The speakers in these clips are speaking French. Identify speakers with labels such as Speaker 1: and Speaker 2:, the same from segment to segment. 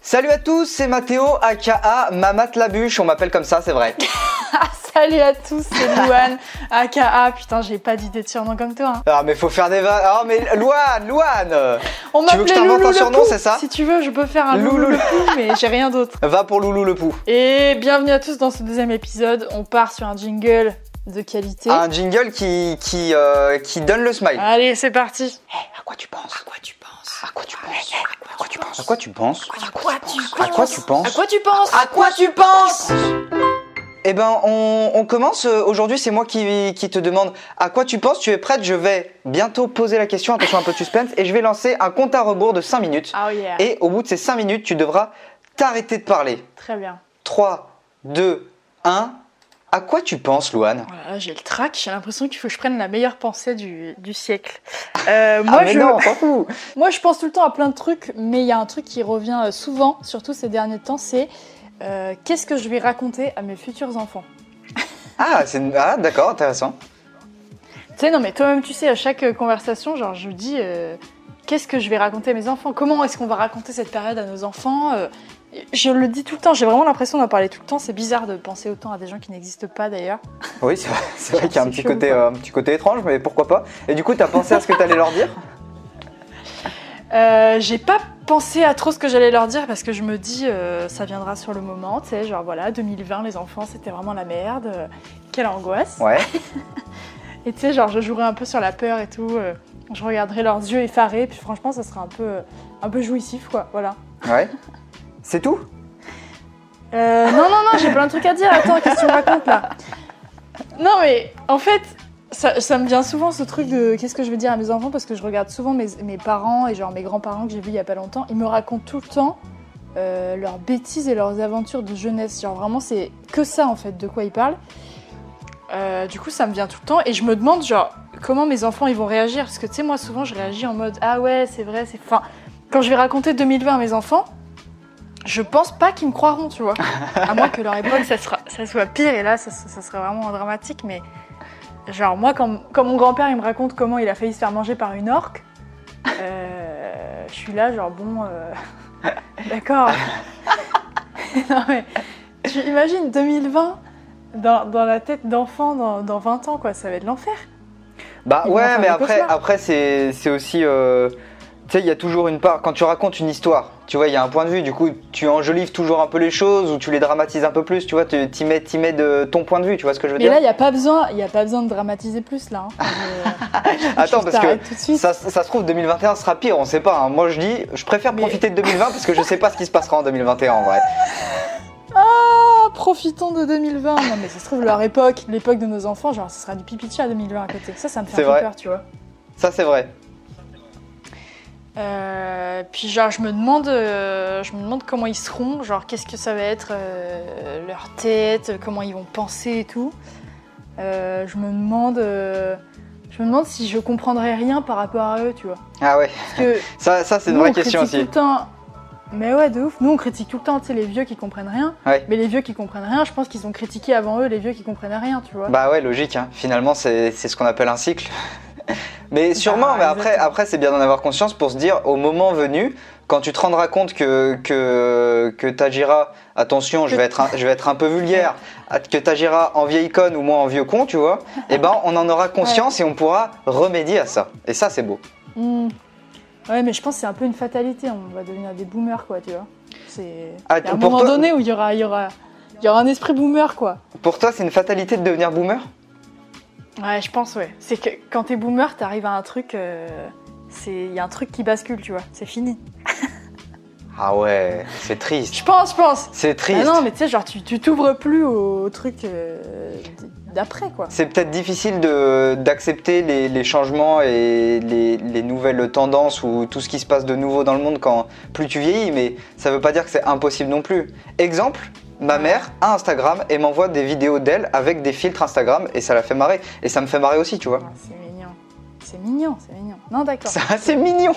Speaker 1: Salut à tous, c'est Mathéo, aka Mamat Labuche, on m'appelle comme ça, c'est vrai.
Speaker 2: Ah, Salut à tous, c'est Louane, aka. Putain, j'ai pas d'idée de surnom comme toi. hein.
Speaker 1: Ah mais faut faire des vannes. Ah mais Louane, Louane
Speaker 2: On
Speaker 1: Tu veux que je
Speaker 2: m'appelait
Speaker 1: t'invente
Speaker 2: Loulou
Speaker 1: un
Speaker 2: le
Speaker 1: surnom,
Speaker 2: Pou.
Speaker 1: c'est ça
Speaker 2: Si tu veux, je peux faire un
Speaker 1: Loulou
Speaker 2: Loulou
Speaker 1: le
Speaker 2: le Pou, mais j'ai rien d'autre.
Speaker 1: Va pour Loulou le Pou.
Speaker 2: Et bienvenue à tous dans ce deuxième épisode. On part sur un jingle de qualité.
Speaker 1: Un jingle qui, qui, euh, qui donne le smile.
Speaker 2: Allez, c'est parti.
Speaker 1: Eh, À quoi tu penses
Speaker 3: À quoi tu penses
Speaker 1: À quoi tu penses
Speaker 3: À quoi tu penses
Speaker 1: À quoi tu penses
Speaker 3: À quoi tu penses
Speaker 1: À quoi Ah. tu
Speaker 3: À
Speaker 1: penses
Speaker 3: quoi tu penses
Speaker 1: À quoi tu penses Eh ben, on, on commence. euh, Aujourd'hui, c'est moi qui, qui te demande à quoi tu penses. Tu es prête Je vais bientôt poser la question. Attention, un peu de suspense. Et je vais lancer un compte à rebours de 5 minutes.
Speaker 2: Oh yeah.
Speaker 1: Et au bout de ces 5 minutes, tu devras t'arrêter de parler.
Speaker 2: Très bien.
Speaker 1: 3, 2, 1. À quoi tu penses, Louane
Speaker 2: Voilà, Oh j'ai le trac. J'ai l'impression qu'il faut que je prenne la meilleure pensée du, du siècle. Euh, moi,
Speaker 1: Ah, mais
Speaker 2: je,
Speaker 1: non, t'en fous
Speaker 2: moi, je pense tout le temps à plein de trucs, mais il y a un truc qui revient euh, souvent, surtout ces derniers temps, c'est euh, qu'est-ce que je vais raconter à mes futurs enfants.
Speaker 1: Ah, c'est une- ah d'accord, intéressant.
Speaker 2: Tu sais, non, mais toi-même, tu sais, à chaque euh, conversation, genre, je dis euh, qu'est-ce que je vais raconter à mes enfants Comment est-ce qu'on va raconter cette période à nos enfants Euh, Je le dis tout le temps, j'ai vraiment l'impression d'en parler tout le temps. C'est bizarre de penser autant à des gens qui n'existent pas d'ailleurs.
Speaker 1: Oui, c'est vrai, c'est vrai qu'il y a un
Speaker 2: C'est
Speaker 1: petit,
Speaker 2: chelou,
Speaker 1: côté,
Speaker 2: quoi.
Speaker 1: euh, un petit côté étrange, mais pourquoi pas. Et du coup, t'as pensé à ce que t'allais leur dire
Speaker 2: Euh, j'ai pas pensé à trop ce que j'allais leur dire parce que je me dis, euh, ça viendra sur le moment, tu sais, genre voilà, 2020, les enfants, c'était vraiment la merde. euh, quelle angoisse.
Speaker 1: Ouais.
Speaker 2: Et tu sais, genre, je jouerai un peu sur la peur et tout. euh, je regarderai leurs yeux effarés, puis franchement, ça sera un peu, euh, un peu jouissif, quoi. Voilà.
Speaker 1: Ouais. C'est tout
Speaker 2: Euh, non, non, non, j'ai plein de trucs à dire. Attends, qu'est-ce que tu me racontes là Non, mais en fait, ça, ça me vient souvent ce truc de qu'est-ce que je vais dire à mes enfants parce que je regarde souvent mes, mes parents et genre mes grands-parents que j'ai vus il y a pas longtemps. Ils me racontent tout le temps euh, leurs bêtises et leurs aventures de jeunesse. Genre vraiment, c'est que ça en fait de quoi ils parlent. Euh, du coup, ça me vient tout le temps et je me demande genre comment mes enfants ils vont réagir parce que tu sais moi souvent je réagis en mode ah ouais c'est vrai c'est enfin quand je vais raconter 2020 à mes enfants je pense pas qu'ils me croiront, tu vois. À moins que leur époque, ça, sera- ça soit pire, et là, ça, ça serait vraiment dramatique, mais... Genre, moi, quand, quand mon grand-père, il me raconte comment il a failli se faire manger par une orque, euh, je suis là, genre, bon... euh, D'accord. non, mais... Tu imagines 2020 dans, dans la tête d'enfant dans, dans 20 ans, quoi, ça va être l'enfer.
Speaker 1: Bah
Speaker 2: Ils vont
Speaker 1: ouais,
Speaker 2: faire
Speaker 1: mais
Speaker 2: des
Speaker 1: après,
Speaker 2: cauchemars.
Speaker 1: après c'est c'est aussi. euh, tu sais, il y a toujours une part. Quand tu racontes une histoire, tu vois, il y a un point de vue. Du coup, tu enjolives toujours un peu les choses ou tu les dramatises un peu plus. Tu vois, tu- t'y mets, t'y mets de ton point de vue. Tu vois ce que je veux
Speaker 2: Mais
Speaker 1: dire
Speaker 2: là, il n'y a, pas besoin- y a pas besoin de dramatiser plus, là. hein. Je- je
Speaker 1: Attends, parce que
Speaker 2: t'arrête tout de suite.
Speaker 1: ça, ça se trouve, 2021 sera pire, on sait pas. hein. Moi, je dis, je préfère
Speaker 2: Mais-
Speaker 1: profiter de 2020 parce que je sais pas ce qui se passera en 2021 en vrai.
Speaker 2: Ah, profitons de 2020. Non, mais ça se trouve, leur époque, l'époque de nos enfants, genre, ce sera du pipi de chat 2020 à côté. Ça, ça me fait
Speaker 1: C'est
Speaker 2: un peu
Speaker 1: vrai.
Speaker 2: peur, tu vois.
Speaker 1: Ça, c'est vrai.
Speaker 2: Euh, puis, genre, je me demande, euh, je me demande comment ils seront, genre, qu'est-ce que ça va être euh, leur tête, comment ils vont penser et tout. Euh, je me demande, euh, je me demande si je comprendrai rien par rapport à eux, tu vois.
Speaker 1: Ah ouais,
Speaker 2: Parce que
Speaker 1: ça, ça c'est une
Speaker 2: Nous,
Speaker 1: vraie
Speaker 2: on
Speaker 1: question
Speaker 2: critique
Speaker 1: aussi.
Speaker 2: Tout le temps... Mais ouais, de ouf. Nous, on critique tout le temps, tu sais, les vieux qui comprennent rien.
Speaker 1: Ouais.
Speaker 2: Mais les vieux qui comprennent rien, je pense qu'ils ont critiqué avant eux les vieux qui comprennent rien, tu vois.
Speaker 1: Bah ouais, logique. hein. Finalement, c'est c'est ce qu'on appelle un cycle. mais sûrement,
Speaker 2: Bah,
Speaker 1: mais après,
Speaker 2: exactement.
Speaker 1: après c'est bien d'en avoir conscience pour se dire, au moment venu, quand tu te rendras compte que, que, que t'agiras, attention, je vais, être un, je vais être un peu vulgaire, que t'agiras en vieille conne ou moi en vieux con, tu vois, eh ben on en aura conscience et on pourra remédier à ça. Et ça, c'est beau.
Speaker 2: Hmm. Ouais, mais je pense que c'est un peu une fatalité. On va devenir des boomers, quoi, tu vois. C'est
Speaker 1: Ah,
Speaker 2: il y a un
Speaker 1: pour
Speaker 2: moment
Speaker 1: toi-
Speaker 2: donné où il y aura, il y aura, il y aura un esprit boomer, quoi.
Speaker 1: Pour toi, c'est une fatalité de devenir boomer
Speaker 2: Ouais, je pense, ouais. C'est que quand t'es boomer, t'arrives à un truc. euh, C'est il y a un truc qui bascule, tu vois. C'est fini.
Speaker 1: Ah ouais, c'est triste.
Speaker 2: Je pense, je pense.
Speaker 1: C'est
Speaker 2: Ah
Speaker 1: triste.
Speaker 2: non, mais tu sais, genre tu tu t'ouvres plus au truc euh, d'après, quoi.
Speaker 1: C'est peut-être difficile de- d'accepter les, les changements et les, les nouvelles tendances ou tout ce qui se passe de nouveau dans le monde quand plus tu vieillis, mais ça veut pas dire que c'est impossible non plus. Exemple, ma mère a Instagram et m'envoie des vidéos d'elle avec des filtres Instagram et ça la fait marrer. Et ça me fait marrer aussi, tu vois.
Speaker 2: Ah, c'est mignon. C'est mignon, c'est mignon. Non, d'accord.
Speaker 1: Ça, C'est mignon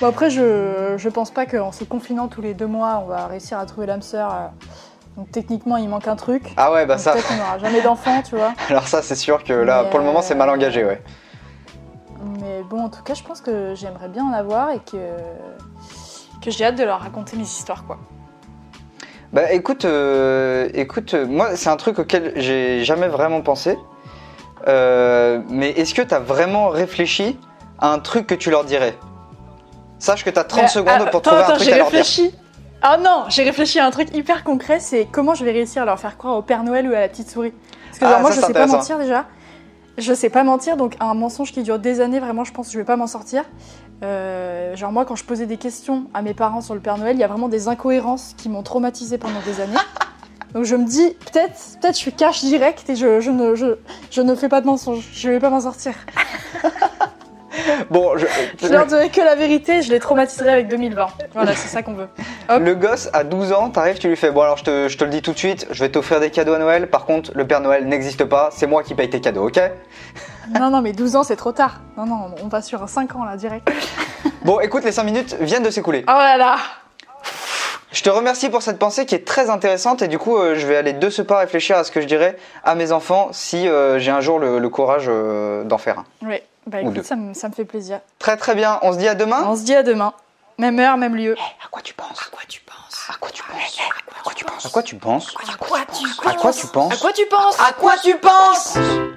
Speaker 2: Bon, après, je, je pense pas qu'en se confinant tous les deux mois, on va réussir à trouver l'âme sœur. euh, Donc techniquement, il manque un truc.
Speaker 1: Ah ouais, bah
Speaker 2: Donc,
Speaker 1: ça,
Speaker 2: Peut-être qu'on n'aura jamais d'enfant, tu vois.
Speaker 1: alors ça c'est sûr que là,
Speaker 2: Mais,
Speaker 1: pour le moment c'est mal
Speaker 2: euh,
Speaker 1: engagé, ouais.
Speaker 2: Mais bon, en tout cas, je pense que j'aimerais bien en avoir et que que j'ai hâte de leur raconter mes histoires, quoi.
Speaker 1: Bah écoute, euh, écoute, euh, moi c'est un truc auquel j'ai jamais vraiment pensé. Euh, mais est-ce que t'as vraiment réfléchi à un truc que tu leur dirais Sache que t'as 30
Speaker 2: Mais,
Speaker 1: secondes
Speaker 2: ah,
Speaker 1: pour
Speaker 2: attends,
Speaker 1: trouver
Speaker 2: attends,
Speaker 1: un truc
Speaker 2: j'ai
Speaker 1: à leur dire.
Speaker 2: réfléchi. Ah non, j'ai réfléchi à un truc hyper concret, c'est comment je vais réussir à leur faire croire au Père Noël ou à la petite souris. Parce que
Speaker 1: Ah,
Speaker 2: genre, moi,
Speaker 1: ça,
Speaker 2: je
Speaker 1: c'est
Speaker 2: sais pas
Speaker 1: intéressant.
Speaker 2: mentir déjà. Je sais pas mentir, donc un mensonge qui dure des années, vraiment, je pense que je vais pas m'en sortir. Euh, genre moi, quand je posais des questions à mes parents sur le Père Noël, il y a vraiment des incohérences qui m'ont traumatisée pendant des années. Donc je me dis, peut-être, peut-être je cache direct et je, je ne, je, je ne fais pas de mensonge. Je vais pas m'en sortir.
Speaker 1: Bon, je-
Speaker 2: Je leur dirai que la vérité, je les traumatiserai avec 2020. Voilà, c'est ça qu'on veut. Hop.
Speaker 1: le gosse à 12 ans, t'arrives, tu lui fais Bon, alors je te, je te le dis tout de suite, je vais t'offrir des cadeaux à Noël. Par contre, le Père Noël n'existe pas, c'est moi qui paye tes cadeaux, ok
Speaker 2: Non, non, mais 12 ans, c'est trop tard. Non, non, on va sur 5 ans là, direct.
Speaker 1: Bon, écoute, les 5 minutes viennent de s'écouler.
Speaker 2: Oh là là
Speaker 1: Je te remercie pour cette pensée qui est très intéressante et du coup euh, je vais aller de ce pas réfléchir à ce que je dirais à mes enfants si euh, j'ai un jour le, le courage euh, d'en faire un.
Speaker 2: Oui, bah
Speaker 1: Ou deux.
Speaker 2: écoute, ça me, ça me fait plaisir.
Speaker 1: Très très bien, on se dit à demain.
Speaker 2: On se dit à demain. Même heure, même lieu.
Speaker 1: Oh. À quoi tu penses
Speaker 3: À quoi tu penses Eh,
Speaker 1: À quoi tu penses
Speaker 3: À quoi tu penses
Speaker 1: À quoi tu penses
Speaker 3: À quoi tu penses
Speaker 1: À quoi tu penses
Speaker 3: À quoi tu penses
Speaker 1: À quoi tu penses